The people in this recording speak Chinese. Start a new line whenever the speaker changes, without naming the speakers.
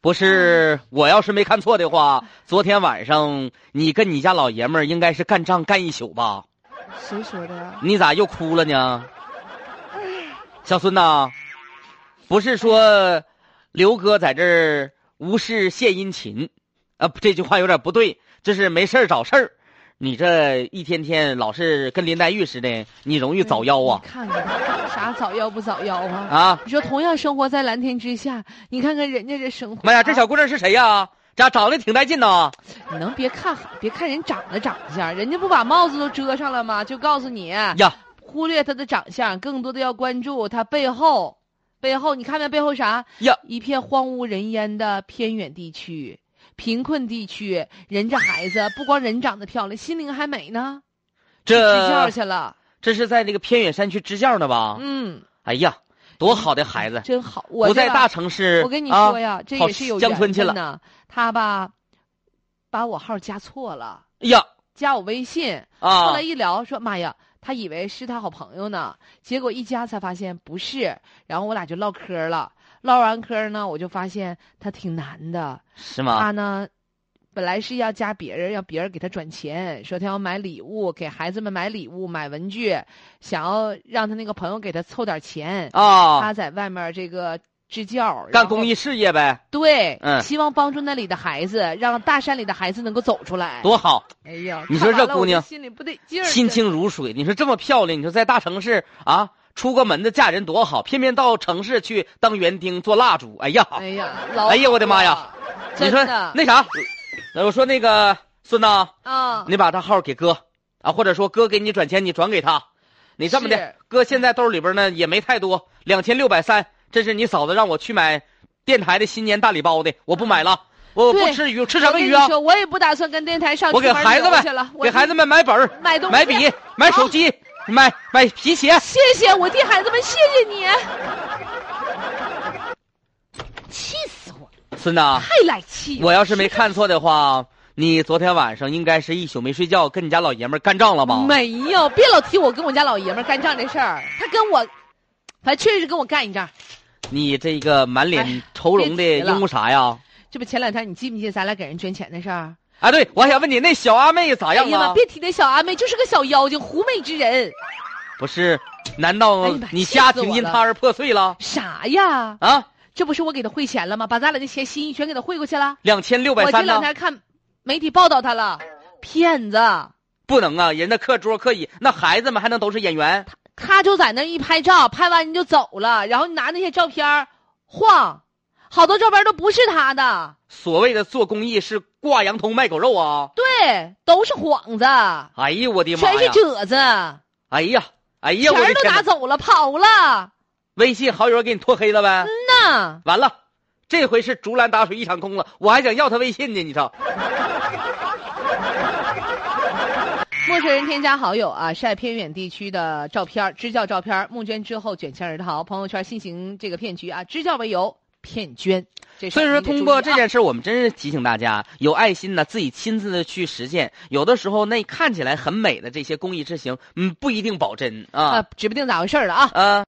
不是，我要是没看错的话，昨天晚上你跟你家老爷们儿应该是干仗干一宿吧？
谁说的啊？
你咋又哭了呢？小孙呐，不是说刘哥在这儿无事献殷勤，啊，这句话有点不对，这是没事儿找事儿。你这一天天老是跟林黛玉似的，你容易早夭啊！
哎你看看，啥早夭不早夭啊？
啊，
你说同样生活在蓝天之下，你看看人家这生活、啊
妈呀，这小姑娘是谁呀、咋长得挺带劲呢？
你能别看别看人长得长相，人家不把帽子都遮上了吗？就告诉你，
呀，
忽略他的长相，更多的要关注他背后，背后你看没背后啥？
呀，
一片荒无人烟的偏远地区、贫困地区，人家孩子不光人长得漂亮，心灵还美呢，支教
这
去了。
这是在那个偏远山区支教呢吧？
嗯，
哎呀，多好的孩子，
真好。嗯我
不在
这
大城市，
我跟你
啊
说，呀，这
跑
也是有
乡村
缘
去
分呢。他吧，把我号加错了，
哎呀
加我微信。后
啊
来，一聊，说妈呀，他以为是他好朋友呢，结果一加才发现不是。然后我俩就唠嗑了，唠完嗑呢，我就发现他挺难的。
是
他
吗？
呢，本来是要加别人，让别人给他转钱，说他要买礼物，给孩子们买礼物、买文具，想要让他那个朋友给他凑点钱。
啊，
他在外面这个支教，
干
然后
公益事业呗，
对，
嗯
希望帮助那里的孩子，让大山里的孩子能够走出来。
多好。
哎呀，
你说
看完
这
了
姑娘
我就心里不得劲儿，
心
真
清如水。你说这么漂亮，你说在大城市啊，出个门子嫁人多好，偏偏到城市去当园丁做蜡烛。哎呀，
哎呀，老
哎呀我的妈呀
苦了，
你说
真的
那啥，呃我说那个孙呐，
啊，
你把他号给哥啊，或者说哥给你转钱，你转给他。你这么的，
是
哥现在兜里边呢也没太多，两千六百三，这是你嫂子让我去买电台的新年大礼包的，我不买了，我不
嗯对
吃鱼，吃
我
什么
跟
鱼
你
啊？
说，我也不打算跟电台上
我给
出门
孩子
旅游
们
去了，我
给孩子们买本儿
买东西
买笔、买
啊
手机、买买皮鞋。
谢谢我替孩子们谢谢你，气死我，
孙子啊，
太来气了。
我要是没看错的话，你昨天晚上应该是一宿没睡觉，跟你家老爷们儿干仗了吧？
没有，别老提我跟我家老爷们儿干仗这事儿，他跟我，反正确实是跟我干一仗。
你这个满脸愁容的
哎别提了
因为啥呀？
这不前两天你记不记得咱俩给人捐钱的事儿？
啊，对，我还想问你那小阿妹咋
哎
样啊
呀
了
妈！？别提那小阿妹，就是个小妖精，狐媚之人。
不是，难道
哎呀妈
你
气
家
死
庭
我
因
了
他而破碎了
啥呀？
啊？
这不是我给他汇钱了吗？把咱俩的钱心意全给他汇过去了。
两千六百
我这
三呢
两？天看媒体报道他了，骗子。
不能啊，人家课桌课椅，那孩子们还能都是演员？
他就在那一拍照，拍完人就走了，然后你拿那些照片儿晃，好多照片都不是他的，
所谓的做公益是挂羊头卖狗肉啊！
对，都是幌子，
哎呀，我的妈
全是
呀！
褶子，
哎呀，哎呀，
钱
我
儿
的
都
天
拿
哪！
走了，跑了。
微信好友给你拖黑了
嗯
呗？
那
完了，这回是竹篮打水一场空了，我还想要他微信呢，你瞅。
陌生人添加好友啊，晒偏远地区的照片儿、支教照片儿，募捐之后卷钱而逃，朋友圈新型这个骗局啊，支教为由骗捐。这事
所
儿
以说，
你得
通
注
过
意
这
啊
件事，我们真是提醒大家有爱心呢，自己亲自的去实践。有的时候，那看起来很美的这些公益之行，嗯，不一定保真
啊
啊，
指不定咋回事儿了啊。
啊。